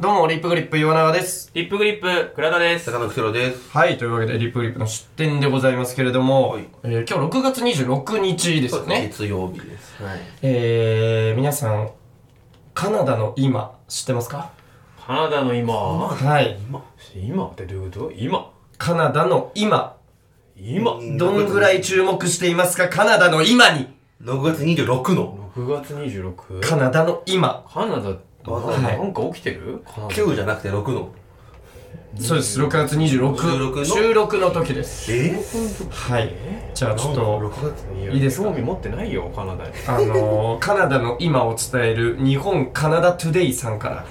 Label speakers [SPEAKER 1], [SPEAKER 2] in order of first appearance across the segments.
[SPEAKER 1] どうも、リップグリップ岩永です。
[SPEAKER 2] リップグリップ、倉田です。
[SPEAKER 3] 坂野久郎です。
[SPEAKER 1] はい、というわけで、リップグリップの出店でございますけれども、
[SPEAKER 3] はい
[SPEAKER 1] えー今日6月26日ですね。
[SPEAKER 3] 月曜日です。はい。
[SPEAKER 1] えー、皆さん、カナダの今、知ってますか
[SPEAKER 2] カナダの今。
[SPEAKER 1] はい。
[SPEAKER 2] 今今ってどういうこと今。
[SPEAKER 1] カナダの今、
[SPEAKER 2] 今。
[SPEAKER 3] うん
[SPEAKER 1] どんぐらい注目していますかカナダの今に
[SPEAKER 3] 6月26の
[SPEAKER 2] 6月 26?
[SPEAKER 1] カナダの今。
[SPEAKER 2] カナダ、
[SPEAKER 3] はい
[SPEAKER 2] なんか起きてるカナダ。
[SPEAKER 3] 9じゃなくて6の。
[SPEAKER 1] そうです、6月26
[SPEAKER 3] 26の
[SPEAKER 1] 収録の時です。
[SPEAKER 3] え
[SPEAKER 1] はい。じゃあちょっ
[SPEAKER 3] 6
[SPEAKER 1] と、
[SPEAKER 3] 月に。
[SPEAKER 1] いいですか
[SPEAKER 2] 興味持ってないよ、カナ ダに。
[SPEAKER 1] あ のー、カナダの今を伝える日本カナダトゥデイさんから、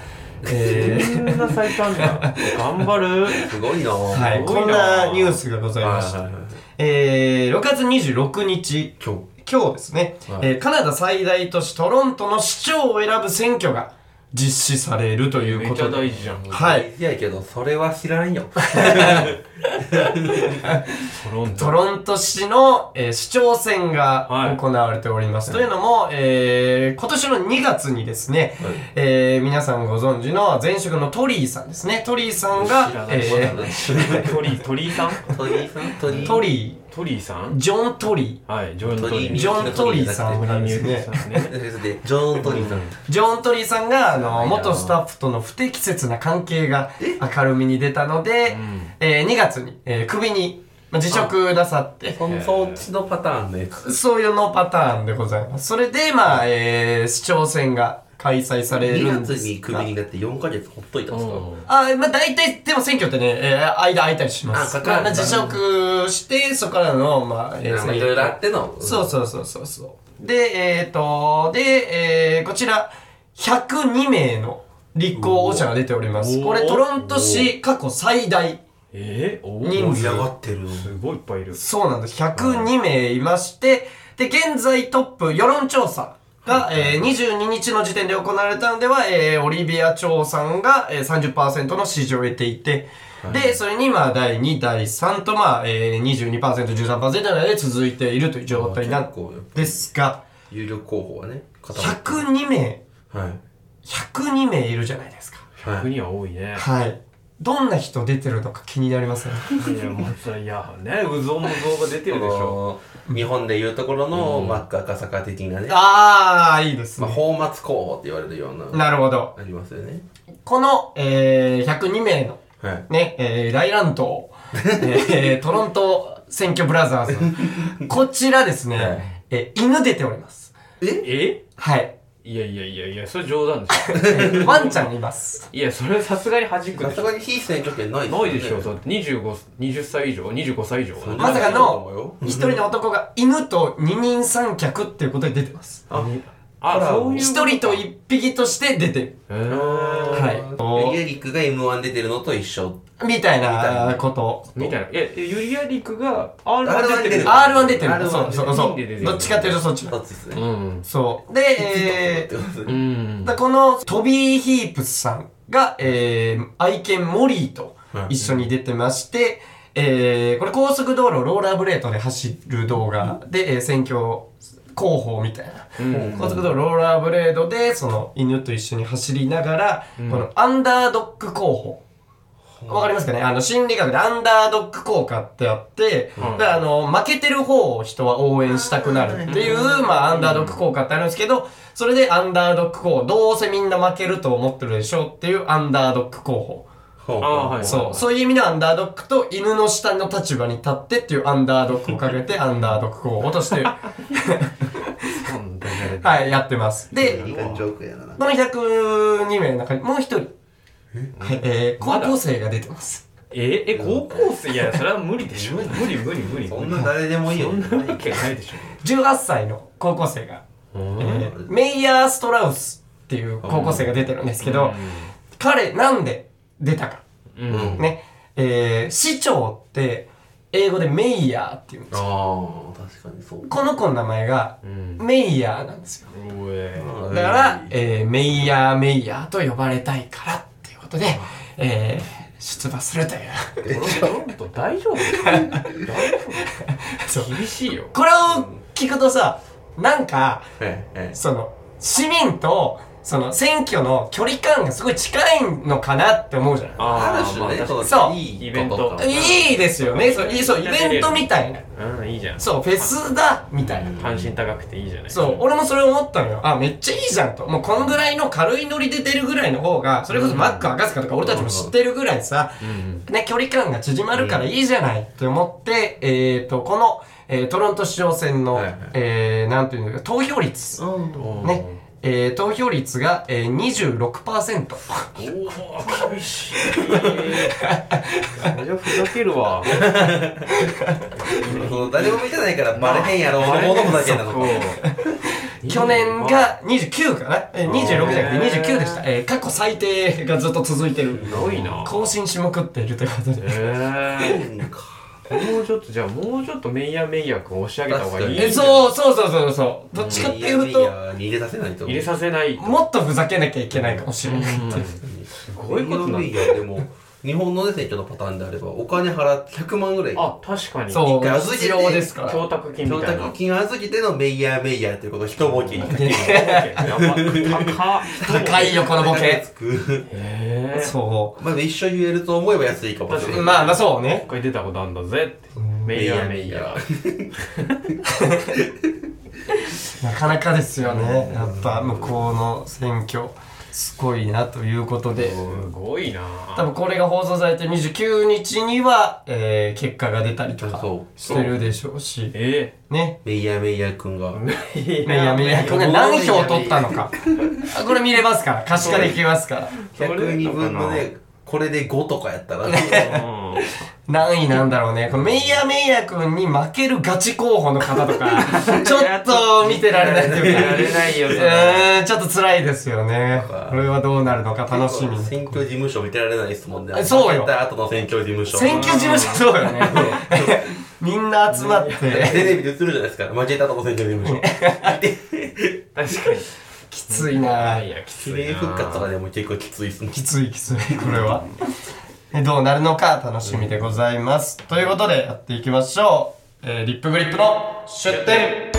[SPEAKER 1] えー、
[SPEAKER 2] みんな最短じゃん。頑張る。
[SPEAKER 3] すごいなぁ。
[SPEAKER 1] は
[SPEAKER 2] す
[SPEAKER 1] い、
[SPEAKER 2] ごいな
[SPEAKER 1] こんなニュースがございました
[SPEAKER 3] はいはいはい。
[SPEAKER 1] えー、6月26日、
[SPEAKER 3] 今日。
[SPEAKER 1] 今日ですね、
[SPEAKER 3] はい
[SPEAKER 1] えーカナダ最大都市トロントの市長を選ぶ選挙が実施されるという
[SPEAKER 2] めっ
[SPEAKER 1] こ
[SPEAKER 2] ちゃ
[SPEAKER 1] と
[SPEAKER 2] 大
[SPEAKER 1] で、
[SPEAKER 2] 事じゃん。
[SPEAKER 1] はい
[SPEAKER 3] いやけど、それは知らんよ。
[SPEAKER 2] トロン
[SPEAKER 1] ト
[SPEAKER 2] ト。
[SPEAKER 1] ロント市の、えー市長選
[SPEAKER 2] は
[SPEAKER 1] が
[SPEAKER 2] い
[SPEAKER 1] 行われております。というのも、えー、今年の2月にですね、
[SPEAKER 3] はい
[SPEAKER 1] えー、皆さんご存知の前職のトリーさんですね、トリーさん
[SPEAKER 2] 知
[SPEAKER 1] が
[SPEAKER 2] ら、ない知ら
[SPEAKER 1] え
[SPEAKER 2] なトリー、トリーさん
[SPEAKER 3] 鳥居さん鳥
[SPEAKER 1] ー、
[SPEAKER 3] 居。
[SPEAKER 1] トリ
[SPEAKER 2] トリーさ
[SPEAKER 1] ー、
[SPEAKER 2] ん
[SPEAKER 1] ジョン・トリ
[SPEAKER 2] はい、ジョントリ
[SPEAKER 3] 鳥
[SPEAKER 1] ー、
[SPEAKER 3] 居
[SPEAKER 2] ー。
[SPEAKER 1] ジョン・トリーさん
[SPEAKER 2] トリ
[SPEAKER 1] な
[SPEAKER 2] ー
[SPEAKER 1] ん
[SPEAKER 2] ミ
[SPEAKER 1] で
[SPEAKER 2] ュ
[SPEAKER 1] す
[SPEAKER 2] ージ
[SPEAKER 1] ね
[SPEAKER 2] シ。ャンですね。
[SPEAKER 3] で、ジョーン・トリーさん。
[SPEAKER 1] ジョン・トリーさんが、あの、
[SPEAKER 3] いな
[SPEAKER 1] 元スタッフとの不適切な関係が明るみに出たので、えー2月に、えークビに、まあ辞職なさって、
[SPEAKER 3] そんそっちのパターンのやつ。
[SPEAKER 1] そういうのパターンでございます。それで、まあ、えー市長選が開催されるん
[SPEAKER 3] 2
[SPEAKER 1] で
[SPEAKER 3] 月
[SPEAKER 1] す
[SPEAKER 3] にクビになって4ヶ月ほっといたんですか
[SPEAKER 2] うん
[SPEAKER 1] あーまあ大体、でも選挙ってね、えー間空いたりします。
[SPEAKER 3] あかかるん
[SPEAKER 1] ま
[SPEAKER 3] だ
[SPEAKER 1] あ辞職して、そこからの、まあ、えー
[SPEAKER 3] なんかいろいろあっての。
[SPEAKER 1] そうそうそうそうそう。で、えっ、と、で、えーこちら、102名の立候補者が出ております。
[SPEAKER 2] おー
[SPEAKER 1] これ、トロント市過去最大。
[SPEAKER 2] えー、お
[SPEAKER 1] 人
[SPEAKER 3] 盛
[SPEAKER 2] ー
[SPEAKER 3] り上がってる。
[SPEAKER 2] すごいいっぱいいる。
[SPEAKER 1] そうなんです。102名いまして、で、現在トップ、世論調査が、えー22日の時点で行われたのでは、えーオリビア長さんが、えー、30%の支持を得ていて、で、それに、まあ、第2、第3と、まあ、えー、22%、13%などで続いているという状態なん
[SPEAKER 3] こう
[SPEAKER 1] ですが、
[SPEAKER 3] 有力候補はね、固まってる
[SPEAKER 1] 102名、
[SPEAKER 3] はい。
[SPEAKER 1] 102名いるじゃないですか。
[SPEAKER 3] はい。
[SPEAKER 2] 国は多いね。
[SPEAKER 1] はい。どんな人出てるのか気になりますね。
[SPEAKER 2] いや、もうさ、いや、ね、うぞうもぞうが出てるでしょ。
[SPEAKER 3] あの日本でいうところのマック赤坂的なね、
[SPEAKER 1] あー、いいです
[SPEAKER 3] まあ、
[SPEAKER 1] ね。
[SPEAKER 3] 泡沫候補って言われるような、
[SPEAKER 1] なるほど。
[SPEAKER 3] ありますよね。
[SPEAKER 1] この、えー、102名の、
[SPEAKER 3] はい。
[SPEAKER 1] ね、えー、ライラン ト、えー、トロント選挙ブラザー ズ。こちらですね、
[SPEAKER 3] はい
[SPEAKER 1] えー犬出ております。
[SPEAKER 2] え
[SPEAKER 1] はい。
[SPEAKER 2] いやいやいやいや、それ冗談でしょ。
[SPEAKER 1] え ーワンちゃんいます。
[SPEAKER 2] いや、それさすがに弾く
[SPEAKER 3] さ
[SPEAKER 2] でし
[SPEAKER 3] す
[SPEAKER 2] ょ。
[SPEAKER 3] がに非選挙権ないですよ
[SPEAKER 2] な
[SPEAKER 3] ね。
[SPEAKER 2] いでしょ、だって25、20歳以上、25歳以上。
[SPEAKER 3] そんな
[SPEAKER 1] まさか
[SPEAKER 3] そうだ
[SPEAKER 1] の
[SPEAKER 3] よ、
[SPEAKER 1] 一人の男が犬と二人三脚っていうことで出てます。
[SPEAKER 3] あ、
[SPEAKER 2] あ、そういう。
[SPEAKER 1] 一人と。一匹として出てる。
[SPEAKER 2] えー、
[SPEAKER 1] はい
[SPEAKER 3] エリアリックが M1 出てるのと一緒。
[SPEAKER 1] みたい
[SPEAKER 3] みたい
[SPEAKER 1] な
[SPEAKER 3] な
[SPEAKER 1] こと。
[SPEAKER 2] みたいな。え、えユリアリクが R1
[SPEAKER 3] R1
[SPEAKER 2] 出
[SPEAKER 3] 出
[SPEAKER 2] て
[SPEAKER 3] て
[SPEAKER 2] る。
[SPEAKER 3] る
[SPEAKER 1] R1 出てる。
[SPEAKER 3] R1
[SPEAKER 1] そうそう
[SPEAKER 2] 出てる
[SPEAKER 1] そう。どっちかっていうとそっち。
[SPEAKER 3] どっちです
[SPEAKER 2] う
[SPEAKER 3] ね。
[SPEAKER 2] ん。
[SPEAKER 1] そう。で、え
[SPEAKER 2] う
[SPEAKER 1] ー、
[SPEAKER 2] ん。
[SPEAKER 1] だこのトビー・ヒープスさんが、えー、愛犬モリーと一緒に出てまして、えー、これ高速道路をローラーブレードで走る動画で、えー選挙広報みたいな。
[SPEAKER 2] うん
[SPEAKER 1] 高速道路ローラーブレードで、その犬と一緒に走りながら、このアンダードッグ候補。わかりますかねあの、心理学でアンダードッグ効果ってあって、
[SPEAKER 2] うん
[SPEAKER 1] であの、負けてる方を人は応援したくなるっていう、まあ、アンダードッグ効果ってあるんですけど、それでアンダードッグ候補、どうせみんな負けると思ってるでしょうっていうアンダードッグ候補。
[SPEAKER 3] ほう
[SPEAKER 2] あーはい
[SPEAKER 1] そう、そういう意味のアンダードッグと犬の下の立場に立ってっていうアンダードッグをかけてアンダードッグ候補と して、
[SPEAKER 2] うんだから
[SPEAKER 1] はい、やってます。で、
[SPEAKER 3] いい感じジョークやな。
[SPEAKER 1] この102名の中にもう一人、はい、えー、高校生が出てます。
[SPEAKER 2] え、え、高校生いや、それは無理でしょ。無理無理無理。
[SPEAKER 3] そんな誰でもいいよ
[SPEAKER 2] そ。んなわけないでし
[SPEAKER 1] 18歳の高校生が
[SPEAKER 2] ょ。う
[SPEAKER 1] え
[SPEAKER 2] ん
[SPEAKER 1] ーメイヤー・ストラウスっていう高校生が出てるんですけど、彼なんで出たか。
[SPEAKER 2] うん。
[SPEAKER 1] ね。えー市長って英語でメイヤーっていうんですよ。
[SPEAKER 3] ああ、確かにそう。
[SPEAKER 1] この子の名前が
[SPEAKER 2] うん。
[SPEAKER 1] メイヤーなんですよ。
[SPEAKER 2] うえ。
[SPEAKER 1] だから、えーメイヤー・メイヤーと呼ばれたいからっていうことで、えー出馬するという。
[SPEAKER 2] トロント大丈夫大丈夫厳しいよ。
[SPEAKER 1] これを聞くとさ、なんか、
[SPEAKER 3] ええ、え
[SPEAKER 1] その、市民とその選挙の距離感がすごい近いのかなって思うじゃない
[SPEAKER 3] ある
[SPEAKER 2] ま
[SPEAKER 3] 種ね、
[SPEAKER 2] 確か
[SPEAKER 3] の
[SPEAKER 1] そう
[SPEAKER 3] いいこと
[SPEAKER 2] イベント
[SPEAKER 3] とか
[SPEAKER 1] いいですよねそういいそうイベントみたいな
[SPEAKER 2] にうんいいじゃん
[SPEAKER 1] そうフェスだみたいな
[SPEAKER 2] 関心高くていいじゃない
[SPEAKER 1] そう俺もそれ思ったのよあめっちゃいいじゃんともうこのぐらいの軽いノリで出るぐらいの方がそれこそマック赤坂とか俺たちも知ってるぐらいさ、
[SPEAKER 2] うん
[SPEAKER 1] ね、距離感が縮まるからいいじゃないって思って、えっ、と、この、えートロント市長選の、
[SPEAKER 3] はいはい
[SPEAKER 1] えーなんていうのか、投票率。
[SPEAKER 3] うん
[SPEAKER 1] ね。えー投票率が、えー、26%。
[SPEAKER 2] おー厳しいそれはふざけるわ
[SPEAKER 3] その誰も見てないからバレへんやろ、俺も男だけなのか。
[SPEAKER 1] 去年が29かな、えー、26じゃなくて
[SPEAKER 2] へー
[SPEAKER 1] 29でした。えー過去最低がずっと続いて る。
[SPEAKER 2] すごいな
[SPEAKER 1] 更新しまくっているということで。
[SPEAKER 2] えー、もうちょっとじゃあもうちょっとメイヤーメイヤー君押し上げた方がいい
[SPEAKER 1] え、そう、そうそうそうそう。どっちかっていう
[SPEAKER 3] い
[SPEAKER 1] と、
[SPEAKER 3] や入れさせないと。
[SPEAKER 2] 入れさせないと
[SPEAKER 1] もっとふざけなきゃいけないかもしれない。
[SPEAKER 3] す
[SPEAKER 2] ごいことになる
[SPEAKER 3] いや、でも、日本のね、選挙のパターンであれば、お金払って100万ぐらい。
[SPEAKER 2] あ確かに
[SPEAKER 1] そう
[SPEAKER 3] 一回、預けて
[SPEAKER 1] 必要ですから。
[SPEAKER 2] 供託金み
[SPEAKER 3] 供
[SPEAKER 2] たいな
[SPEAKER 3] 託金預けてのメイヤーメイヤーっていうことを一儲けにかける。
[SPEAKER 2] やば高っ
[SPEAKER 1] 高いよ、このボケ。
[SPEAKER 3] つく。
[SPEAKER 2] へえ
[SPEAKER 1] そ
[SPEAKER 3] まあ、一緒に言えると思えば安いかもしれ
[SPEAKER 1] う。
[SPEAKER 3] ない。
[SPEAKER 1] まあまあ、そうね
[SPEAKER 2] 一。回出たことあんだぜってメイヤーメイヤー
[SPEAKER 1] なかなかですよね。やっぱ向こうの選挙、すごいなということで。
[SPEAKER 2] すごいな
[SPEAKER 1] 多分これが放送されて29日には、えー結果が出たりとか
[SPEAKER 3] そう
[SPEAKER 1] してるでしょうし、
[SPEAKER 2] え
[SPEAKER 1] ね。
[SPEAKER 3] メイヤーメイヤーくんが。
[SPEAKER 2] え
[SPEAKER 1] いやいや、これ何票取ったのか。あこれ見れますから。可視化できますから。
[SPEAKER 3] 100人分のね、これで5とかやったら、
[SPEAKER 1] 何位なんだろうね。このメイヤーメイヤー君に負けるガチ候補の方と か、ちょっと見てられないという
[SPEAKER 2] 見てら
[SPEAKER 1] か。
[SPEAKER 2] れないよそれ
[SPEAKER 1] うーん、ちょっと辛いですよね。これはどうなるのか楽しみに。
[SPEAKER 3] 選挙事務所見てられないですもん
[SPEAKER 1] え
[SPEAKER 3] ね。
[SPEAKER 1] そうよ
[SPEAKER 3] 負けた後の選挙事務所。
[SPEAKER 1] 選挙事務所そうよね。 みんな集まって、
[SPEAKER 3] テレビで映るじゃないですか。負けたとこ選挙事務所。
[SPEAKER 2] 確かに
[SPEAKER 1] きついな
[SPEAKER 2] ややき
[SPEAKER 3] 記念復活とかでも結構きついっすもん。
[SPEAKER 1] きついきつい、これは。 えどうなるのか楽しみでございます。ということで、やっていきましょう。えーリップグリップの出店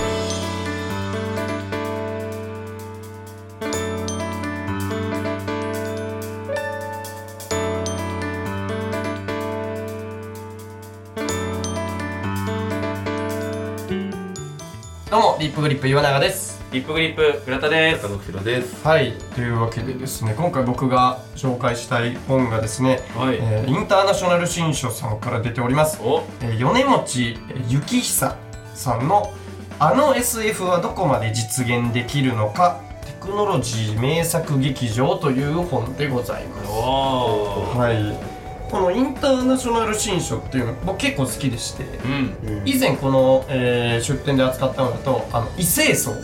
[SPEAKER 1] どうも、リップグリップ岩永です。
[SPEAKER 2] リップグリップ倉田です
[SPEAKER 3] 中野ひろです。
[SPEAKER 1] はい、というわけでですね、今回僕が紹介したい本がですね、
[SPEAKER 2] はい
[SPEAKER 1] えーインターナショナル新書さんから出ております、
[SPEAKER 2] お
[SPEAKER 1] えー、米持幸久さんの「あの SF はどこまで実現できるのかテクノロジー名作劇場」という本でございます。
[SPEAKER 2] おー
[SPEAKER 1] はいこのインターナショナル新書っていうの僕結構好きでして
[SPEAKER 2] うん
[SPEAKER 1] 以前この、えー出展で扱ったのだとあの異性層
[SPEAKER 2] は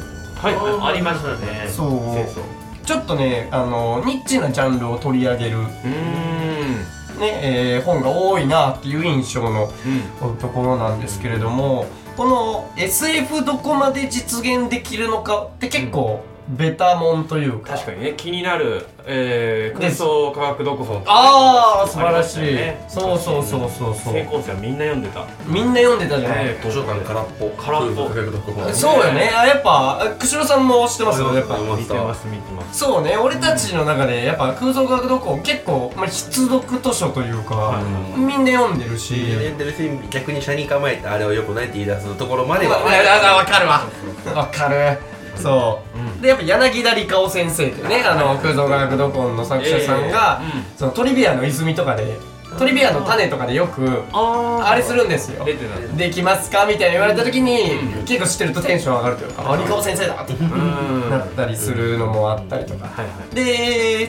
[SPEAKER 2] いはいありましたね
[SPEAKER 1] そう
[SPEAKER 2] 清掃
[SPEAKER 1] ちょっとねあのニッチなジャンルを取り上げる
[SPEAKER 2] うーん
[SPEAKER 1] ねえー本が多いなっていう印象のところなんですけれどもこの SF どこまで実現できるのかって結構ベタもんというか
[SPEAKER 2] 確かにね気になる、えー、
[SPEAKER 1] で
[SPEAKER 2] 空想科学読本
[SPEAKER 1] ああ素晴らしい、
[SPEAKER 2] ありましたよね
[SPEAKER 1] そうそうそうそうそ
[SPEAKER 2] 成
[SPEAKER 1] う
[SPEAKER 2] 功生はみんな読んでた
[SPEAKER 1] みんな読んでたじゃない、
[SPEAKER 2] ね
[SPEAKER 3] 図書館空っぽ。
[SPEAKER 2] 空っぽ
[SPEAKER 3] そういう学校
[SPEAKER 1] そうよねあやっぱ久代さんも知ってますよねやっぱ
[SPEAKER 3] 見
[SPEAKER 2] 見
[SPEAKER 3] て
[SPEAKER 2] て
[SPEAKER 3] ま
[SPEAKER 2] ますす見てます
[SPEAKER 1] そうね俺たちの中でやっぱ空想学読本結構、まあ、必読図書というか、
[SPEAKER 2] はい
[SPEAKER 1] みんな読んでるし、
[SPEAKER 3] やってるし、逆に車に構えてあれは良くないって言い出すところまで
[SPEAKER 1] わ
[SPEAKER 3] は。
[SPEAKER 1] わかるわわかるそう、
[SPEAKER 2] うん
[SPEAKER 1] でやっぱ柳田理香夫先生っていうねあの空想科学ドコンの作者さんが、
[SPEAKER 2] ええうん
[SPEAKER 1] そのトリビアの泉とかでトリビアの種とかでよく
[SPEAKER 2] あ
[SPEAKER 1] あれするんですよ
[SPEAKER 2] 出てたう
[SPEAKER 1] できますかみたいな言われた時に、
[SPEAKER 2] うん
[SPEAKER 1] 結構知ってるとテンション上がるというか「あ理香夫先生だ!」って
[SPEAKER 2] ん
[SPEAKER 1] なったりするのもあったりとか、
[SPEAKER 2] はいはい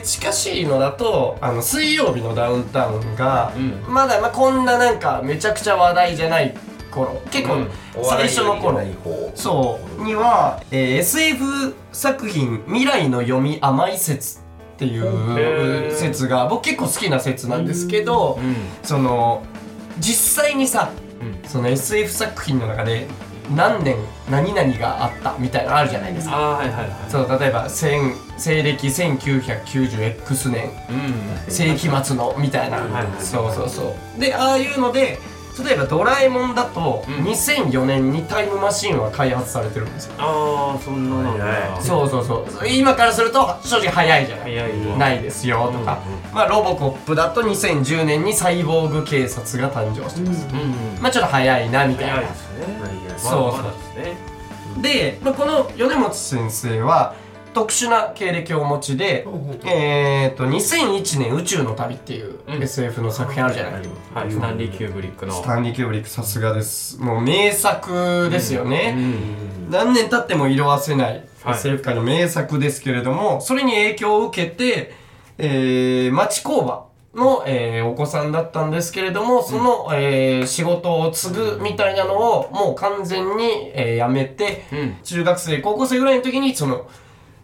[SPEAKER 1] で近しいのだとあの水曜日のダウンタウンが、
[SPEAKER 2] う
[SPEAKER 1] まだ、まあ、こんななんかめちゃくちゃ話題じゃない頃結構
[SPEAKER 2] うん
[SPEAKER 1] 最初の頃、
[SPEAKER 3] ない方。
[SPEAKER 1] そうには、えー SF 作品「未来の読み甘い説」ってい
[SPEAKER 2] へ
[SPEAKER 1] う
[SPEAKER 2] ー
[SPEAKER 1] 説が僕結構好きな説なんですけど
[SPEAKER 2] うん
[SPEAKER 1] その実際にさ
[SPEAKER 2] うん
[SPEAKER 1] その SF 作品の中で何年何々があったみたいなのあるじゃないですか。
[SPEAKER 2] あーはいはいはい
[SPEAKER 1] そう例えば千西暦 1990X 年
[SPEAKER 2] うん
[SPEAKER 1] 世紀末のみたいな、
[SPEAKER 2] はいはい
[SPEAKER 1] そうそうそうでああいうので例えば「ドラえもん」だと
[SPEAKER 2] うん
[SPEAKER 1] 2004年にタイムマシンは開発されてるんですよ、
[SPEAKER 2] ああそんなの
[SPEAKER 3] 早い
[SPEAKER 1] そうそうそう今からすると正直早いじゃない
[SPEAKER 2] 早いわ
[SPEAKER 1] ないですよとか、まあ、ロボコップだと2010年にサイボーグ警察が誕生してます、
[SPEAKER 2] うんうん
[SPEAKER 1] まあちょっと早いなみたいな
[SPEAKER 2] 早いですね
[SPEAKER 1] そう
[SPEAKER 2] まあまだですね
[SPEAKER 1] で、まあ、この米持先生は特殊な経歴をお持ちで、えっ、と2001年「宇宙の旅」っていう
[SPEAKER 2] うん
[SPEAKER 1] SF の作品あるじゃない、
[SPEAKER 2] はいスタンリー・キューブリックの
[SPEAKER 1] スタンリー・キューブリックさすがですもう名作ですよね、
[SPEAKER 2] うん
[SPEAKER 1] 何年経っても色褪せない
[SPEAKER 2] はい
[SPEAKER 1] SF 界の名作ですけれども、それに影響を受けて、えー、町工場の、えーお子さんだったんですけれども、その、えー仕事を継ぐみたいなのをもう完全に、えー辞めて、
[SPEAKER 2] うん
[SPEAKER 1] 中学生、高校生ぐらいの時にその、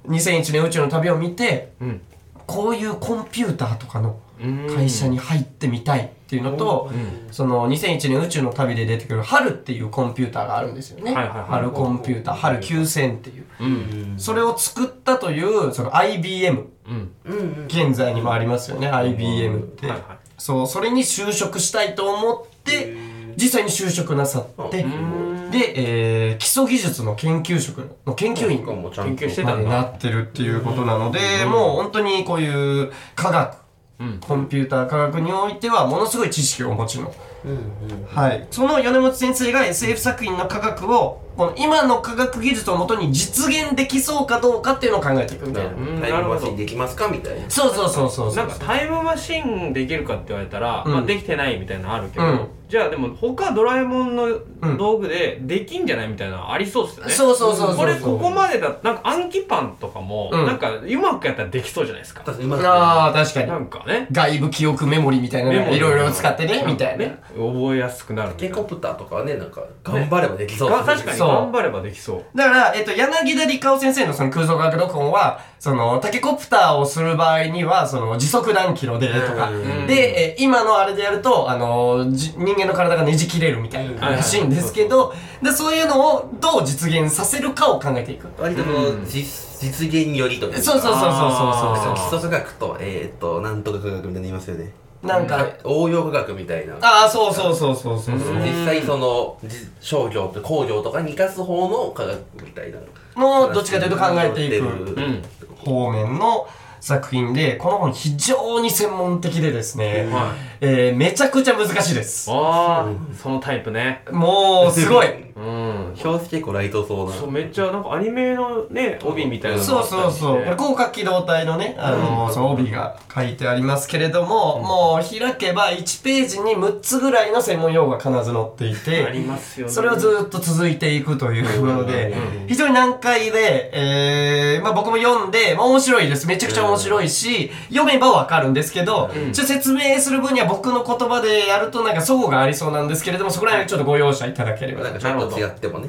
[SPEAKER 1] 2001年宇宙の旅を見て、
[SPEAKER 2] うん
[SPEAKER 1] こういうコンピューターとかの会社に入ってみたいっていうのと、その2001年宇宙の旅で出てくる春っていうコンピューターがあるんですよね。
[SPEAKER 2] はいはいはい
[SPEAKER 1] 春コンピューター、春9000っていう。
[SPEAKER 2] うん
[SPEAKER 1] それを作ったという、その IBM。
[SPEAKER 2] うん
[SPEAKER 1] 現在にもありますよね、IBM って
[SPEAKER 2] はいはい。
[SPEAKER 1] そう、それに就職したいと思って、実際に就職なさって、で、えー基礎技術の研究職の研究員
[SPEAKER 3] 今もちゃんと
[SPEAKER 2] 研究して
[SPEAKER 1] ま
[SPEAKER 2] た
[SPEAKER 1] で
[SPEAKER 2] ん
[SPEAKER 1] な
[SPEAKER 2] だ
[SPEAKER 1] ってるっていうことなので、もう本当にこういう科学、
[SPEAKER 2] うん
[SPEAKER 1] コンピューター科学においてはものすごい知識をお持ちの、はい、その米本先生が SF 作品の科学をこの今の科学技術をもとに実現できそうかどうかっていうのを考えていくみたいな、
[SPEAKER 2] うん
[SPEAKER 3] タイムマシンできますかみたいな
[SPEAKER 1] そうそうそうそうそ
[SPEAKER 2] な
[SPEAKER 1] うん
[SPEAKER 2] かタイムマシンできるかって言われたら、
[SPEAKER 1] うん
[SPEAKER 2] まあ、できてないみたいなのあるけど、
[SPEAKER 1] うん
[SPEAKER 2] じゃあでも他ドラえもん
[SPEAKER 1] ん
[SPEAKER 2] の道具でできんじゃないみたいなのありそうですよね、
[SPEAKER 1] そうそうそうそう
[SPEAKER 2] これここまでだなんか暗記パンとかも、
[SPEAKER 1] うん
[SPEAKER 2] なんかうまくやったらできそうじゃないですか、
[SPEAKER 3] 確かに今
[SPEAKER 1] ああ確かに
[SPEAKER 2] なんかね
[SPEAKER 1] 外部記憶メモリみたいなのがいろいろ使ってねみたいな、
[SPEAKER 2] ね覚えやすくなる
[SPEAKER 3] ヘリコプターとかはねなんか頑張ればできそう
[SPEAKER 2] が確かに
[SPEAKER 1] そう
[SPEAKER 2] 頑張ればできそう
[SPEAKER 1] だから、えっと、柳田理香夫先生のその空想科学録音は、その、タケコプターをする場合には、その、時速何キロでとか
[SPEAKER 2] ん、
[SPEAKER 1] で、え今のあれでやると、あの、じ人間の体がねじ切れるみたいならしいんですけど、で、そういうのをどう実現させるかを考えていく。
[SPEAKER 3] 割とこの実実現によりというか
[SPEAKER 1] そうそうそうそうそう
[SPEAKER 3] 基
[SPEAKER 1] そ
[SPEAKER 3] 礎科学とえーっとなんとか科学みたいなの言いますよね
[SPEAKER 1] う。なんか、
[SPEAKER 3] 応用科学みたいな
[SPEAKER 1] ああ、そうそうそうそうそうそう。
[SPEAKER 3] 実際そのじ商業と工業とかに生かす方の科学みたいな
[SPEAKER 1] の、どっちかというと考えていく。
[SPEAKER 2] うん
[SPEAKER 1] 方面の作品で、この本非常に専門的でですね、
[SPEAKER 2] は
[SPEAKER 1] えーめちゃくちゃ難しいです。
[SPEAKER 2] ああそのタイプね
[SPEAKER 1] もう、すごい。
[SPEAKER 2] うん
[SPEAKER 3] 表紙結構ライトそうな
[SPEAKER 2] そうめっちゃなんかアニメのね帯みたいなのが
[SPEAKER 1] そう
[SPEAKER 2] あった
[SPEAKER 1] そ
[SPEAKER 2] り
[SPEAKER 1] う
[SPEAKER 2] して
[SPEAKER 1] そう。広角機動隊のね、あの、その帯が書いてありますけれども、もう開けば1ページに6つぐらいの専門用語が必ず載ってい
[SPEAKER 2] あり
[SPEAKER 1] て、
[SPEAKER 2] ますよね
[SPEAKER 1] それをずっと続いていくというもので、非常に難解で、えー、まあ僕も読んで、まあ面白いです。めちゃくちゃ面白いし、読めばわかるんですけど、ちょっと説明する分には僕の言葉でやるとなんか齟齬がありそうなんですけれども、そこら辺はちょっとご容赦いただければ。
[SPEAKER 3] な
[SPEAKER 1] うんん
[SPEAKER 3] かちょっと違ってもね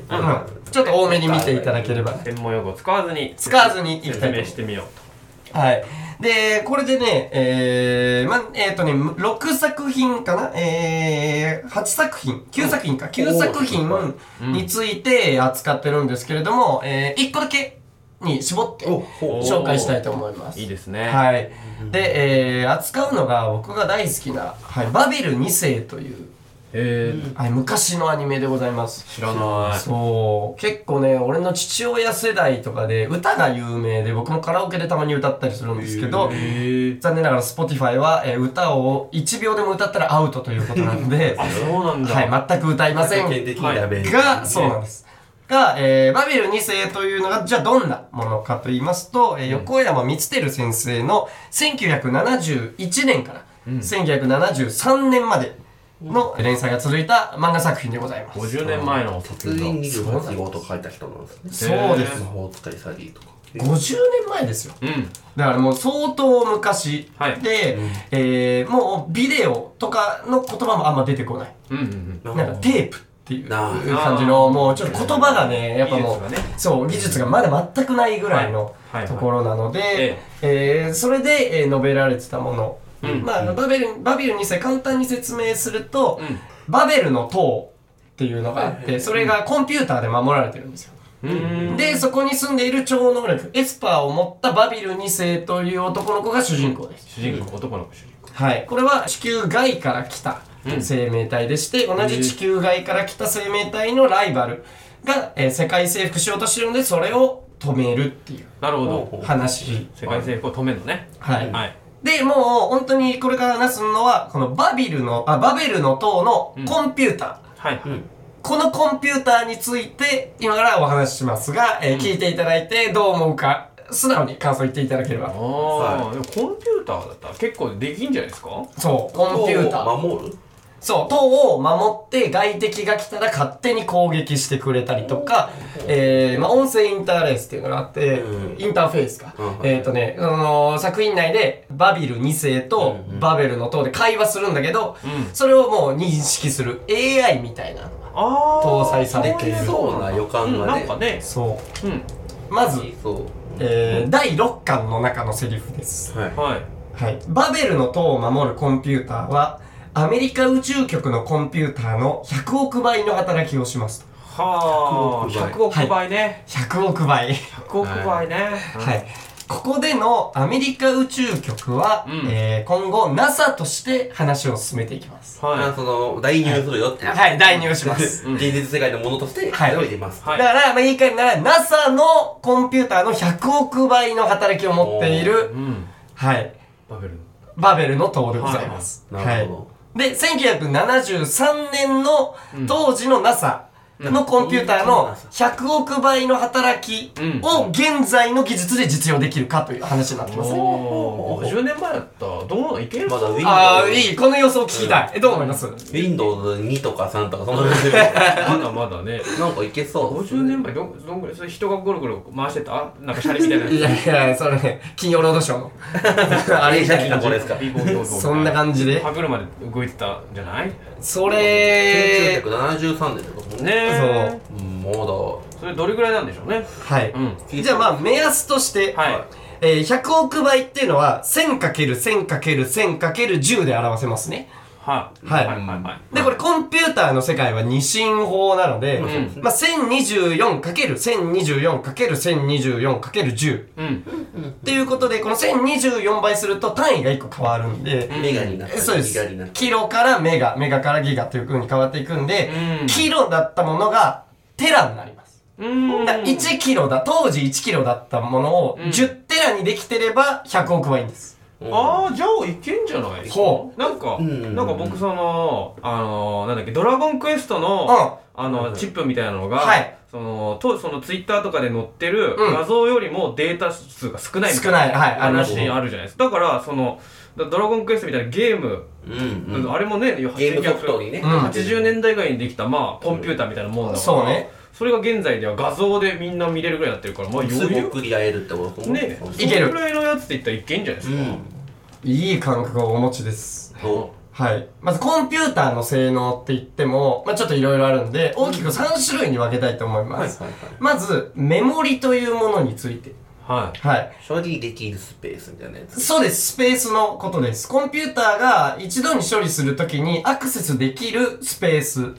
[SPEAKER 1] ちょっと多めに見ていただければ。
[SPEAKER 2] 専門用語を使わずに
[SPEAKER 1] 使わずに行きたい
[SPEAKER 2] 説
[SPEAKER 1] と思い
[SPEAKER 2] 明
[SPEAKER 1] ます
[SPEAKER 2] してみようと
[SPEAKER 1] はい。で、これでね、えー、ま、えっ、とね、6作品かなえー、8作品、9作品か、9作品について扱ってるんですけれども、えー、1個だけに絞って
[SPEAKER 3] おほ
[SPEAKER 1] 紹介したいと思います。
[SPEAKER 2] いいですね
[SPEAKER 1] はい。で、えー、扱うのが僕が大好きな、はい、バビル2世という、
[SPEAKER 2] え
[SPEAKER 1] はい、昔のアニメでございます。
[SPEAKER 2] 知らない
[SPEAKER 1] そう結構ね俺の父親世代とかで歌が有名で僕もカラオケでたまに歌ったりするんですけど、残念ながら Spotify は、えー歌を1秒でも歌ったらアウトということなので
[SPEAKER 2] あそうなんだ
[SPEAKER 1] はい全く歌いません
[SPEAKER 3] 典的にダメ
[SPEAKER 1] が、そうなんです。が、えー、バビル2世というのが、じゃあどんなものかと言いますと、えー横山光輝先生の1971年から1973年までの連載が続いた漫画作品でございます。
[SPEAKER 2] 50年前の
[SPEAKER 3] 通
[SPEAKER 2] 作
[SPEAKER 3] 院
[SPEAKER 2] 品だ
[SPEAKER 3] 28号とか書いた人なんですね
[SPEAKER 1] そうです
[SPEAKER 3] 魔。法使い詐欺とか
[SPEAKER 1] 50年前ですよ。
[SPEAKER 2] うん
[SPEAKER 1] だからもう相当昔
[SPEAKER 2] はい
[SPEAKER 1] で、えーもうビデオとかの言葉もあんま出てこない。
[SPEAKER 2] うんうん
[SPEAKER 3] な
[SPEAKER 1] なんかテープっていう
[SPEAKER 3] あー
[SPEAKER 1] 感じの、もうちょっと言葉がね、やっぱも
[SPEAKER 2] 技
[SPEAKER 1] う、
[SPEAKER 2] 術がね
[SPEAKER 1] そう、技術がまだ全くないぐらいの
[SPEAKER 2] はいはいはい
[SPEAKER 1] ところなので、
[SPEAKER 2] え
[SPEAKER 1] えーそれで、えー述べられてたもの。
[SPEAKER 2] うん
[SPEAKER 1] まあ、バベル、バビル2世簡単に説明すると、
[SPEAKER 2] うん
[SPEAKER 1] バベルの塔っていうのがあって、それがコンピューターで守られてるんですよ。
[SPEAKER 2] うん
[SPEAKER 1] で、そこに住んでいる超能力、エスパーを持ったバビル2世という男の子が主人公です。
[SPEAKER 2] 主人公男の子主人公
[SPEAKER 1] はい。これは地球外から来た、生命体でして、同じ地球外から来た生命体のライバルが、えー世界征服しようとしてるので、それを止めるっていう
[SPEAKER 2] なるほ
[SPEAKER 3] ほう
[SPEAKER 2] ど。
[SPEAKER 1] 話。
[SPEAKER 2] 世界征服を止めるのね。
[SPEAKER 1] はい。
[SPEAKER 2] はい。
[SPEAKER 1] で、もう、本当にこれから話すのは、このバビルの、あ、バベルの塔のコンピューター。
[SPEAKER 2] はい。
[SPEAKER 1] このコンピューターについて、今からお話ししますが、えー聞いていただいてどう思うか、素直に感想言っていただければ。
[SPEAKER 2] ああ、でもコンピューターだったら結構できんじゃないですか
[SPEAKER 1] そう、コンピューター。
[SPEAKER 3] 守る
[SPEAKER 1] そう、塔を守って外敵が来たら勝手に攻撃してくれたりとか、えー、まあ音声インターレースっていうのがあって、
[SPEAKER 3] うん
[SPEAKER 1] インターフェースか。
[SPEAKER 3] うん
[SPEAKER 1] えっ、とね、あのー作品内でバビル2世とバベルの塔で会話するんだけど、
[SPEAKER 2] うん
[SPEAKER 1] それをもう認識する AI みたいなのが。
[SPEAKER 2] ああ。
[SPEAKER 1] 搭載されている
[SPEAKER 3] そうな予感
[SPEAKER 2] うん、
[SPEAKER 3] が
[SPEAKER 2] な
[SPEAKER 3] ね
[SPEAKER 2] んかね。
[SPEAKER 1] そ
[SPEAKER 2] うん。
[SPEAKER 1] う。まず、
[SPEAKER 3] そう
[SPEAKER 1] えー、第6巻の中のセリフです。
[SPEAKER 3] はい
[SPEAKER 2] はい。
[SPEAKER 1] はい。バベルの塔を守るコンピューターは、アメリカ宇宙局のコンピューターの100億倍の働きをしますと。
[SPEAKER 2] はあ。
[SPEAKER 3] 100
[SPEAKER 2] 100
[SPEAKER 1] 億倍
[SPEAKER 2] 億倍ね。
[SPEAKER 1] 100億倍。
[SPEAKER 2] 100億倍ね。
[SPEAKER 1] はい。ここでのアメリカ宇宙局は、
[SPEAKER 2] うん
[SPEAKER 1] えー、今後 NASA として話を進めていきます。
[SPEAKER 3] あ
[SPEAKER 2] は
[SPEAKER 3] その代入するよって
[SPEAKER 1] はい、代入します。
[SPEAKER 2] うん
[SPEAKER 3] 現実世界のものとして
[SPEAKER 1] はい
[SPEAKER 3] それを入れます
[SPEAKER 2] はい
[SPEAKER 1] だから、まあ、言い換えるなら、NASA のコンピューターの100億倍の働きを持ってい
[SPEAKER 2] い。
[SPEAKER 1] る、
[SPEAKER 2] うん。
[SPEAKER 1] はい、
[SPEAKER 2] バベル。
[SPEAKER 1] バベルの塔でございます。
[SPEAKER 3] なるほ
[SPEAKER 1] で、1973年の当時の NASA のコンピューターの100億倍の働き
[SPEAKER 2] うん
[SPEAKER 1] を現在の技術で実用できるかという話になってます。
[SPEAKER 2] おお。50年前だったら、どうなのいける
[SPEAKER 3] どまだ
[SPEAKER 1] ああ、
[SPEAKER 3] Windows
[SPEAKER 1] いい。この予想聞きたい。え、どう思います
[SPEAKER 3] Windows 2とか3とかそんな感 じで
[SPEAKER 2] まだまだね。
[SPEAKER 3] なんかいけそう
[SPEAKER 2] 50年前どんどんぐらいそれ人がゴロゴロ回してたなんかシャレみたいなやつ
[SPEAKER 1] いやいや、それね、金曜ロードショーの。 あれみたいな
[SPEAKER 3] これですか
[SPEAKER 2] ビーボーボーボー
[SPEAKER 1] そんな感じで
[SPEAKER 2] 歯車で動いてたんじゃないね
[SPEAKER 1] それ、
[SPEAKER 3] 1973年ってこともね
[SPEAKER 2] え
[SPEAKER 3] うんまだ
[SPEAKER 2] それどれぐらいなんでしょうね
[SPEAKER 1] はい。
[SPEAKER 2] うん
[SPEAKER 1] じゃあまあ、目安として、
[SPEAKER 2] は
[SPEAKER 1] えー100億倍っていうのは 1000×1000×1000×10 で表せますね。
[SPEAKER 2] はい
[SPEAKER 1] はい
[SPEAKER 2] はいは
[SPEAKER 1] で、これコンピューターの世界は二進法なので、
[SPEAKER 2] ん
[SPEAKER 1] まあ、1024×1024×1024×10 っ
[SPEAKER 2] いうん
[SPEAKER 1] ていうことで、この1024倍すると単位が1個変わるんで、
[SPEAKER 3] メガになったり
[SPEAKER 1] そうです
[SPEAKER 3] ギガになっ。た
[SPEAKER 1] キロからメガ、メガからギガという風に変わっていくんで、
[SPEAKER 2] うん
[SPEAKER 1] キロだったものがテラになります。
[SPEAKER 2] うん
[SPEAKER 1] だから1キロだ、当時1キロだったものを10テラにできてれば100億倍いいんです。
[SPEAKER 3] り
[SPEAKER 2] ああじゃあいけんじゃない
[SPEAKER 1] ほ
[SPEAKER 2] うなんか
[SPEAKER 3] うん
[SPEAKER 2] なんか僕そのあのーなんだっけドラゴンクエストのあのチップみたいなのが
[SPEAKER 1] はい
[SPEAKER 2] その当そのツイッターとかで載ってる
[SPEAKER 1] うん
[SPEAKER 2] 画像よりもデータ数が少ないみたい
[SPEAKER 1] 少ない、はい、あります
[SPEAKER 2] 話にあるじゃないですかだからそのだドラゴンクエストみたいなゲーム
[SPEAKER 3] うんうん
[SPEAKER 2] あれもね、
[SPEAKER 3] ゲームソフトにね、
[SPEAKER 1] うん
[SPEAKER 2] 80年代ぐらいにできた、まあ、コンピューターみたいなもんだから、
[SPEAKER 1] そうね
[SPEAKER 2] それが現在では画像でみんな見れるぐらいになってるから、まあ、余
[SPEAKER 3] すぐ
[SPEAKER 2] 裕
[SPEAKER 3] クリアえるってことも
[SPEAKER 2] ね
[SPEAKER 3] そう
[SPEAKER 1] いける
[SPEAKER 2] そのぐらいのやつって言ったらいけんじゃないです
[SPEAKER 3] う
[SPEAKER 2] か。
[SPEAKER 3] ん
[SPEAKER 1] いい感覚をお持ちです。
[SPEAKER 3] そ
[SPEAKER 1] はい。まずコンピューターの性能って言っても、まあちょっといろいろあるんで、大きく3種類に分けたいと思います。
[SPEAKER 3] うはい
[SPEAKER 1] まず、メモリというものについて。
[SPEAKER 2] は
[SPEAKER 1] はい。
[SPEAKER 3] 処理できるスペースみたいなやつ
[SPEAKER 1] そうです。スペースのことです。コンピューターが一度に処理するときにアクセスできるスペース。
[SPEAKER 2] い。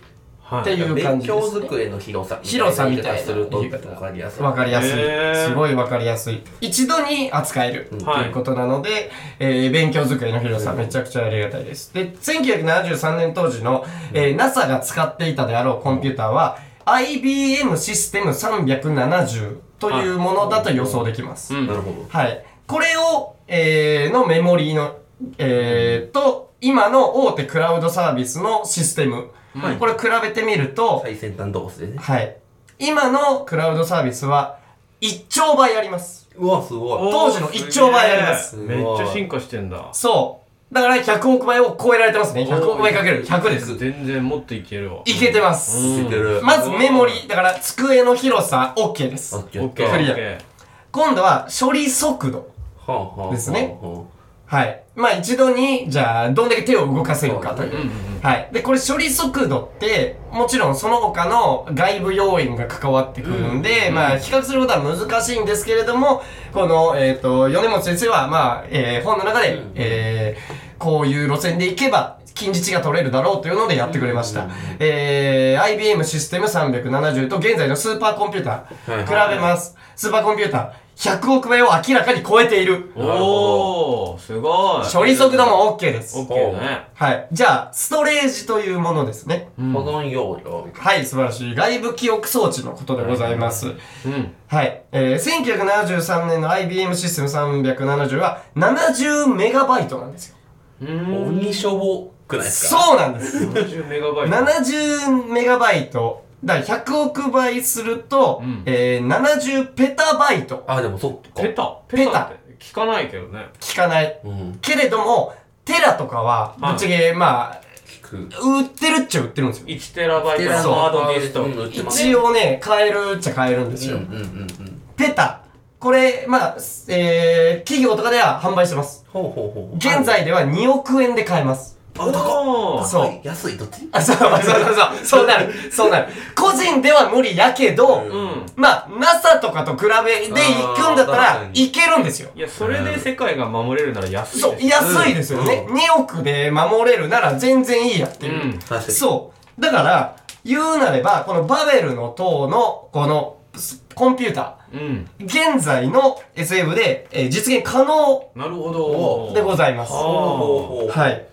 [SPEAKER 1] ってい
[SPEAKER 2] は
[SPEAKER 1] う感
[SPEAKER 3] 勉
[SPEAKER 1] じですね
[SPEAKER 3] 強机の広さ
[SPEAKER 1] 広さみたいな
[SPEAKER 3] すると
[SPEAKER 1] 言い方
[SPEAKER 3] 分かりやすい
[SPEAKER 1] わかりやすい。
[SPEAKER 2] へー
[SPEAKER 1] すごいわかりやすい。一度に扱える。と
[SPEAKER 2] はい
[SPEAKER 1] いうことなので、えー勉強机の広さめちゃくちゃありがたいです。で、1973年当時の、えー NASA が使っていたであろうコンピューターは、IBM システム370というものだと予想できます。
[SPEAKER 2] い。う。
[SPEAKER 3] なんるほど
[SPEAKER 1] はい。これを、えーのメモリーの、えーと、今の大手クラウドサービスのシステム。
[SPEAKER 2] はい
[SPEAKER 1] これ比べてみると、
[SPEAKER 3] 最先端同士でね
[SPEAKER 1] はい。今のクラウドサービスは、1兆倍あります。
[SPEAKER 3] うわすごい
[SPEAKER 1] 当時の一丁前やります
[SPEAKER 2] おーげえめっちゃ進化してんだ。
[SPEAKER 1] そう。だから100億倍を超えられてますね。100億倍かける100です。
[SPEAKER 2] 全然もっといけるわ。
[SPEAKER 1] いけてます。
[SPEAKER 2] うん
[SPEAKER 3] いける
[SPEAKER 1] まずメモリ、だから机の広さ OK です
[SPEAKER 3] オ。ッケー
[SPEAKER 2] オ
[SPEAKER 3] オッ
[SPEAKER 2] ッケ
[SPEAKER 3] ケー
[SPEAKER 2] ー。
[SPEAKER 1] クリア
[SPEAKER 2] オッケ
[SPEAKER 1] 今度は処理速度。
[SPEAKER 3] はあはあ
[SPEAKER 1] ですね
[SPEAKER 3] はあは
[SPEAKER 1] はい。まあ一度に、じゃあ、どんだけ手を動かせるかとい
[SPEAKER 2] ーうん
[SPEAKER 1] う。
[SPEAKER 2] うん
[SPEAKER 1] はい。で、これ処理速度って、もちろんその他の外部要因が関わってくるんで、まあ、比較することは難しいんですけれども、この、えっ、と、米本先生は、まあ、えー本の中で、えーこういう路線で行けば、近似値が取れるだろうというのでやってくれました。えー IBM システム370と現在のスーパーコンピュータ
[SPEAKER 3] はい
[SPEAKER 1] ー、比べます。スーパーコンピューター、 100億円を明らかに超えている。
[SPEAKER 3] なるほ
[SPEAKER 2] おー、すごい。
[SPEAKER 1] 処理速度も OK です。
[SPEAKER 2] OK だね。
[SPEAKER 1] はい。じゃあ、ストレージというものですね。
[SPEAKER 2] うん
[SPEAKER 3] 保存容量。
[SPEAKER 1] はい、素晴らしい。外部記憶装置のことでございます。
[SPEAKER 2] うん。
[SPEAKER 1] はい。えー、1973年の IBM システム370は70メガバイトなんですよ。
[SPEAKER 2] うん。
[SPEAKER 3] 鬼しょぼくないですか
[SPEAKER 1] そうなんです。
[SPEAKER 2] 70メガバイト。
[SPEAKER 1] 70メガバイト。だから100億倍すると、
[SPEAKER 2] うん
[SPEAKER 1] えー、70ペタバイト。
[SPEAKER 3] あ、でもそっか
[SPEAKER 2] ペ。タペタって聞かないけどね。
[SPEAKER 1] 聞かない。
[SPEAKER 3] うん。
[SPEAKER 1] けれども、テラとかは、ぶっちゃけ、まあ、
[SPEAKER 3] 聞く。
[SPEAKER 1] 売ってるっちゃ売ってるんですよ。
[SPEAKER 2] 1テラバイトのハードディスト。
[SPEAKER 3] うん、売ってます。
[SPEAKER 1] 一応ね、買えるっちゃ買えるんです
[SPEAKER 3] うん、う
[SPEAKER 1] よ。
[SPEAKER 3] ん、うん。うん
[SPEAKER 1] ペタ。これ、まあ、えー、企業とかでは販売してます。
[SPEAKER 3] ほうほうほう。
[SPEAKER 1] 現在では2億円で買えます。
[SPEAKER 3] あ、高っ
[SPEAKER 2] おー
[SPEAKER 1] そう
[SPEAKER 3] 高い安い、どっち
[SPEAKER 1] あ、そうそうそうそう。 そうなる。そうなる。個人では無理やけど、
[SPEAKER 3] うん
[SPEAKER 2] うん。
[SPEAKER 1] まあ、NASA とかと比べで行くんだったら
[SPEAKER 3] あー確か、に
[SPEAKER 1] いけるんですよ。
[SPEAKER 2] いや、それで世界が守れるなら安い。
[SPEAKER 1] そう、安いですよね。
[SPEAKER 3] う
[SPEAKER 1] 2億で守れるなら全然いいやって
[SPEAKER 2] う
[SPEAKER 1] いう。
[SPEAKER 2] ん。
[SPEAKER 3] 確かに。
[SPEAKER 1] そう。だから、言うなれば、このバベルの塔の、この、スコンピュータ
[SPEAKER 2] うん。
[SPEAKER 1] ー、現在の SF で、えー実現可能
[SPEAKER 2] なるほど。
[SPEAKER 1] でございます。
[SPEAKER 2] は
[SPEAKER 3] ほうほうほう。
[SPEAKER 1] はい。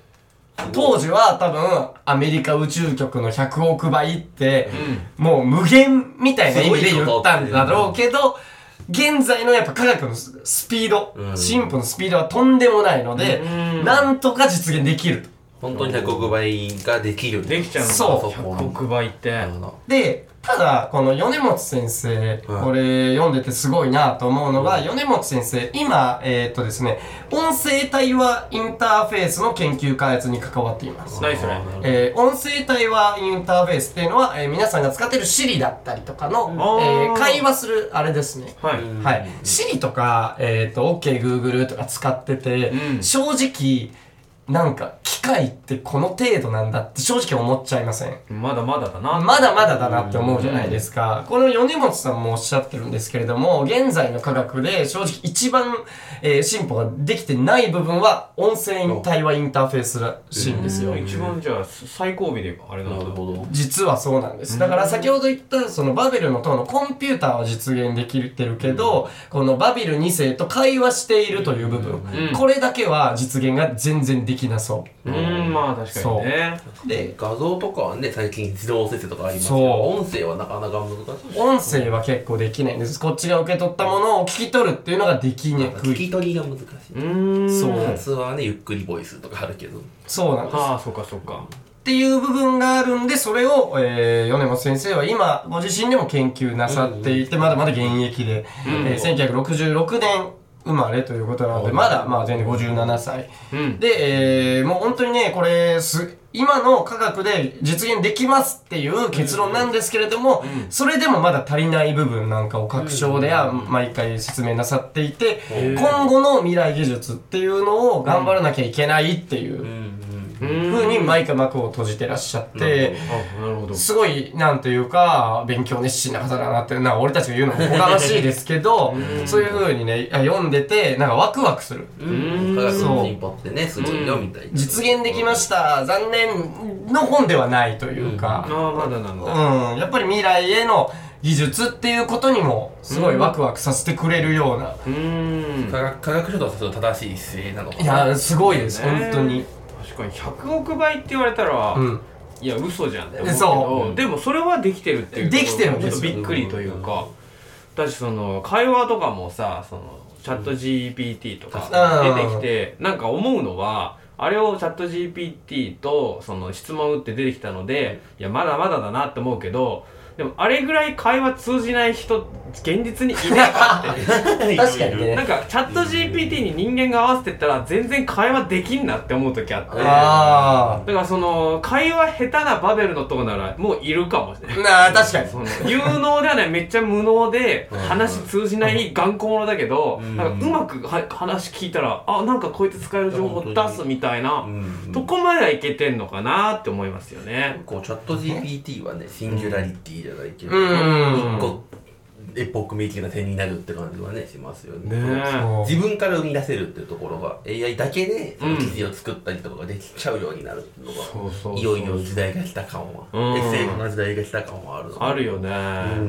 [SPEAKER 1] 当時は多分、アメリカ宇宙局の100億倍って、もう無限みたいな意味で言ったんだろうけど、現在のやっぱ科学のススピード
[SPEAKER 3] う、ん
[SPEAKER 1] 進歩のスピードはとんでもないので
[SPEAKER 2] う、ん
[SPEAKER 1] なんとか実現できると。
[SPEAKER 3] 本当に100億倍ができる。
[SPEAKER 2] できちゃうのか
[SPEAKER 1] そう
[SPEAKER 2] 100億倍って
[SPEAKER 3] なる。ほど。
[SPEAKER 1] で、ただ、この米本先生、
[SPEAKER 3] はい
[SPEAKER 1] これ読んでてすごいなと思うのが、
[SPEAKER 3] うん
[SPEAKER 1] 米本先生、今、えーっとですね、音声対話インターフェースの研究開発に関わっています。
[SPEAKER 2] ないそれ
[SPEAKER 3] あーなる
[SPEAKER 1] えー音声対話インターフェースっていうのは、えー皆さんが使ってる Siri だったりとかの、えー
[SPEAKER 2] あー
[SPEAKER 1] 会話するあれですね。
[SPEAKER 2] はい。
[SPEAKER 3] ほど
[SPEAKER 1] はい。Siri とか、えっ、と、OKGoogle とか使ってて、
[SPEAKER 2] うん
[SPEAKER 1] 正直、なんか、機械ってこの程度なんだって正直思っちゃいません。
[SPEAKER 2] まだまだだな。
[SPEAKER 1] まだまだだなって思うじゃないですか。この米本さんもおっしゃってるんですけれども、現在の科学で正直一番、えー進歩ができてない部分は、音声対話インターフェースらしいんですよ。
[SPEAKER 2] うん一番じゃあ、最後尾であれなん
[SPEAKER 3] な
[SPEAKER 2] だ
[SPEAKER 3] るほど。
[SPEAKER 1] 実はそうなんです。だから先ほど言ったそのバビルの塔のコンピューターは実現できてるけど、このバビル2世と会話しているという部分、
[SPEAKER 2] うん
[SPEAKER 1] これだけは実現が全然できなそう
[SPEAKER 2] ーん、まあ確かにね。
[SPEAKER 1] う。で、
[SPEAKER 3] 画像とかはね、最近自動生成とかありますけ
[SPEAKER 1] そう
[SPEAKER 3] ど、音声はなかなか難しい。
[SPEAKER 1] 音声は結構できないんです。こっちが受け取ったものを聞き取るっていうのができにく
[SPEAKER 3] 聞
[SPEAKER 1] い。
[SPEAKER 3] き取りが難しい。
[SPEAKER 2] うーん。
[SPEAKER 1] そう
[SPEAKER 3] 普通はね、ゆっくりボイスとかあるけど。
[SPEAKER 1] そうなんです。
[SPEAKER 2] ああ、そっかそっか。
[SPEAKER 1] っていう部分があるんで、それを、えー、米本先生は今、ご自身でも研究なさっていて、まだまだ現役で、
[SPEAKER 2] うん
[SPEAKER 1] えー、1966年生まれということなので、まだ、まあ、全然57歳。
[SPEAKER 2] うん。
[SPEAKER 1] で、えー、もう本当にね、これ、す、今の科学で実現できますっていう結論なんですけれども、
[SPEAKER 2] うん
[SPEAKER 1] それでもまだ足りない部分なんかを確証では毎回説明なさっていて、
[SPEAKER 2] うん
[SPEAKER 1] 今後の未来技術っていうのを頑張らなきゃいけないっていう
[SPEAKER 3] う
[SPEAKER 2] う
[SPEAKER 3] んうん。
[SPEAKER 2] ん
[SPEAKER 1] ふうに毎回幕を閉じてらっしゃって、
[SPEAKER 2] あ、なるほど。
[SPEAKER 1] すごい、なんというか、勉強熱心な方だなって、なんか俺たちが言うのもおこがましいですけど、そういうふうにね、あ読んでて、なんかワクワクする。
[SPEAKER 2] うん
[SPEAKER 3] 科学の進歩ってね、すごいよ、みたいな。
[SPEAKER 1] 実現できました、残念の本ではないという
[SPEAKER 2] あ
[SPEAKER 1] か、
[SPEAKER 2] あ、まだなん
[SPEAKER 1] うん
[SPEAKER 2] だ。、
[SPEAKER 1] やっぱり未来への技術っていうことにも、すごいワクワクさせてくれるような、
[SPEAKER 2] うーん。
[SPEAKER 3] 科学、科学書とはちょっと正しい姿勢なのか
[SPEAKER 1] い
[SPEAKER 3] な。
[SPEAKER 1] やー、すごいです、
[SPEAKER 2] ね
[SPEAKER 1] 本当に。
[SPEAKER 2] 確かに100億倍って言われたら、
[SPEAKER 1] うん。
[SPEAKER 2] いや嘘じゃんって思う
[SPEAKER 1] そう
[SPEAKER 2] けどでもそれはできてるっていう
[SPEAKER 1] できてるん
[SPEAKER 2] ち
[SPEAKER 1] で
[SPEAKER 2] ょっと
[SPEAKER 1] すよ
[SPEAKER 2] びっくりというかだしその会話とかもさそのチャット GPT とか
[SPEAKER 1] うん
[SPEAKER 2] 出てきてなんか思うのはあれをチャット GPT とその質問打って出てきたのでいやまだまだだなって思うけどでもあれぐらい会話通じない人現実にいない かって
[SPEAKER 1] 確かにね
[SPEAKER 2] なんかチャット GPT に人間が合わせてったら全然会話できんなって思う時あって
[SPEAKER 1] あ
[SPEAKER 2] だからその会話下手なバベルの塔ならもういるかもしれない
[SPEAKER 1] ー。なあ、確かに。
[SPEAKER 2] その有能ではないめっちゃ無能で
[SPEAKER 3] うん
[SPEAKER 2] 話通じない頑固者だけど
[SPEAKER 3] うん
[SPEAKER 2] なんかうまくは話聞いたらあなんかこうやって使える情報出すみたいな
[SPEAKER 3] うん
[SPEAKER 2] とこまではいけてんのかなって思いますよね
[SPEAKER 3] こうチャット GPT はねシンギュラリティじゃないけど、
[SPEAKER 1] うん
[SPEAKER 3] 一個一歩組み的な点になるって感じはねしますよね
[SPEAKER 2] ねえ
[SPEAKER 1] そう
[SPEAKER 3] 自分から生み出せるっていうところが AI だけでその記事を作ったりとかができちゃうようになるっていうのが、
[SPEAKER 2] そうそうそう
[SPEAKER 3] いよいよ時代が来た感は、
[SPEAKER 2] うん
[SPEAKER 3] SF の時代が来た感はあるの
[SPEAKER 2] あるよね、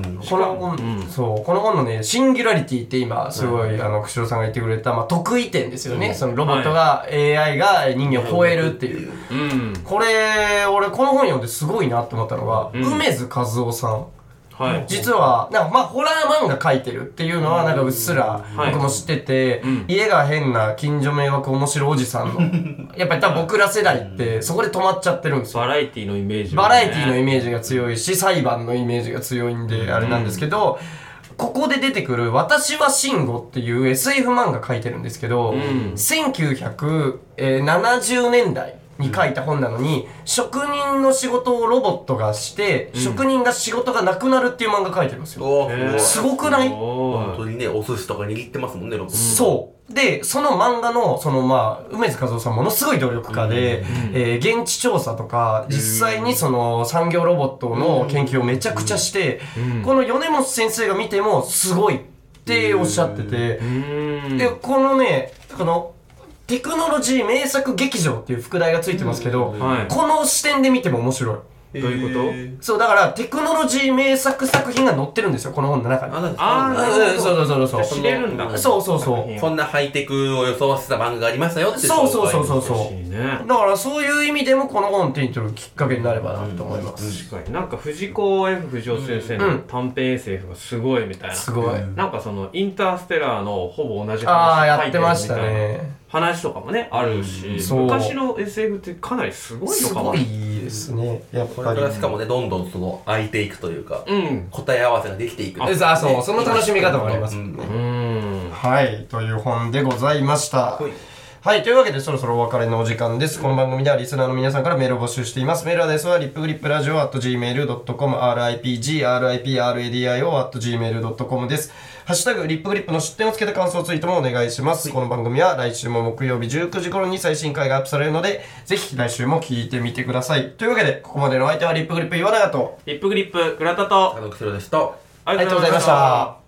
[SPEAKER 3] うん
[SPEAKER 2] し
[SPEAKER 1] こ
[SPEAKER 2] か
[SPEAKER 1] の
[SPEAKER 2] も
[SPEAKER 1] 本、
[SPEAKER 2] うん
[SPEAKER 1] そう、この本のね、シンギュラリティって今、すごい、あの、久代さんが言ってくれた、まあ、得意点ですよね。
[SPEAKER 3] うん
[SPEAKER 1] そのロボットが、AI が人間を超えるっていう。
[SPEAKER 2] うん
[SPEAKER 1] これ、俺、この本読んですごいなって思ったのが、
[SPEAKER 2] うん
[SPEAKER 1] 梅津和夫さん。
[SPEAKER 2] はい
[SPEAKER 1] 実は、なんかまあ、ホラー漫画書いてるっていうのは、なんかうっすら
[SPEAKER 2] はい
[SPEAKER 1] 僕も知ってて
[SPEAKER 2] うん、
[SPEAKER 1] 家が変な近所迷惑面白おじさんの、やっぱり多分僕ら世代って、そこで止まっちゃってるんですよ。
[SPEAKER 2] バラエティのイメージ、
[SPEAKER 1] バラエティのイ
[SPEAKER 2] ジ
[SPEAKER 1] メージが強いし、裁判のイメージが強いんで、あれなんですけど、ここで出てくる、私は慎吾っていう SF 漫画書いてるんですけど、
[SPEAKER 2] うん
[SPEAKER 1] 1970年代に書いた本なのに、職人の仕事をロボットがして、
[SPEAKER 2] うん
[SPEAKER 1] 職人が仕事がなくなるっていう漫画書いてるんですよ。
[SPEAKER 3] お
[SPEAKER 2] へー
[SPEAKER 3] ー
[SPEAKER 1] すごくない
[SPEAKER 2] お
[SPEAKER 3] 本当にねお寿司とか握ってますもんねロボット
[SPEAKER 1] そう。で、その漫画の、そのまあ、梅津和夫さんものすごい努力家で、えー現地調査とか、実際にその産業ロボットの研究をめちゃくちゃして、
[SPEAKER 2] うん
[SPEAKER 1] この米本先生が見てもすごいっておっしゃってて、
[SPEAKER 2] ーうん
[SPEAKER 1] で、このね、この、テクノロジー名作劇場っていう副題がついてますけど、
[SPEAKER 2] はい
[SPEAKER 1] この視点で見ても面白い。
[SPEAKER 3] ど
[SPEAKER 2] どういうこと
[SPEAKER 1] そう、だから、テクノロジー名作作品が載ってるんですよ、この本の中に。
[SPEAKER 3] あなんか
[SPEAKER 2] あーなるほど
[SPEAKER 1] うんそうそうそうそう。
[SPEAKER 2] 知れるんだ
[SPEAKER 1] そうそうそう。
[SPEAKER 3] こんなハイテクを予想した漫画がありましたよって
[SPEAKER 1] そうそうそうそう
[SPEAKER 3] 紹
[SPEAKER 1] そう
[SPEAKER 2] 嬉しいね
[SPEAKER 1] だからそういう意味でもこの本手に取るきっかけになればなと思います。
[SPEAKER 2] 確かになんか藤子 F 不二雄先生
[SPEAKER 1] う
[SPEAKER 2] の
[SPEAKER 1] ん
[SPEAKER 2] 短編 SF がすごいみたいな、
[SPEAKER 1] すごい。
[SPEAKER 2] なんかそのインターステラーのほぼ同じ
[SPEAKER 1] ああ、
[SPEAKER 2] 話
[SPEAKER 1] やってましたね。
[SPEAKER 2] 話とかもねあるし、
[SPEAKER 1] そう
[SPEAKER 2] 昔の SF ってかなりすごいの
[SPEAKER 1] す
[SPEAKER 2] か
[SPEAKER 1] ご
[SPEAKER 2] も
[SPEAKER 1] いですね。やっ
[SPEAKER 3] 介
[SPEAKER 1] ぱ
[SPEAKER 3] これ
[SPEAKER 1] り。
[SPEAKER 3] からしかもねどんどんその空いていくというか、
[SPEAKER 2] うん
[SPEAKER 3] 答え合わせができていく
[SPEAKER 1] えさあ、そう、その楽しみ方もありますもん
[SPEAKER 2] う
[SPEAKER 1] ね。
[SPEAKER 2] ん
[SPEAKER 1] はい、という本でございました。
[SPEAKER 3] はい
[SPEAKER 1] はい。というわけで、そろそろお別れのお時間です。この番組ではリスナーの皆さんからメールを募集しています。メールアドレスは、リップグリップラジオ at gmail.com、ripg、ripradio at gmail.com です。ハッシュタグ、リップグリップの出典をつけた感想ツイートもお願いします。この番組は来週も木曜日19時頃に最新回がアップされるので、ぜひ来週も聞いてみてください。というわけで、ここまでのお相手はリップグリップ岩永と、
[SPEAKER 2] リップグリップ倉田と
[SPEAKER 3] あの、クセロでした。
[SPEAKER 2] あ
[SPEAKER 1] ありがとうございました。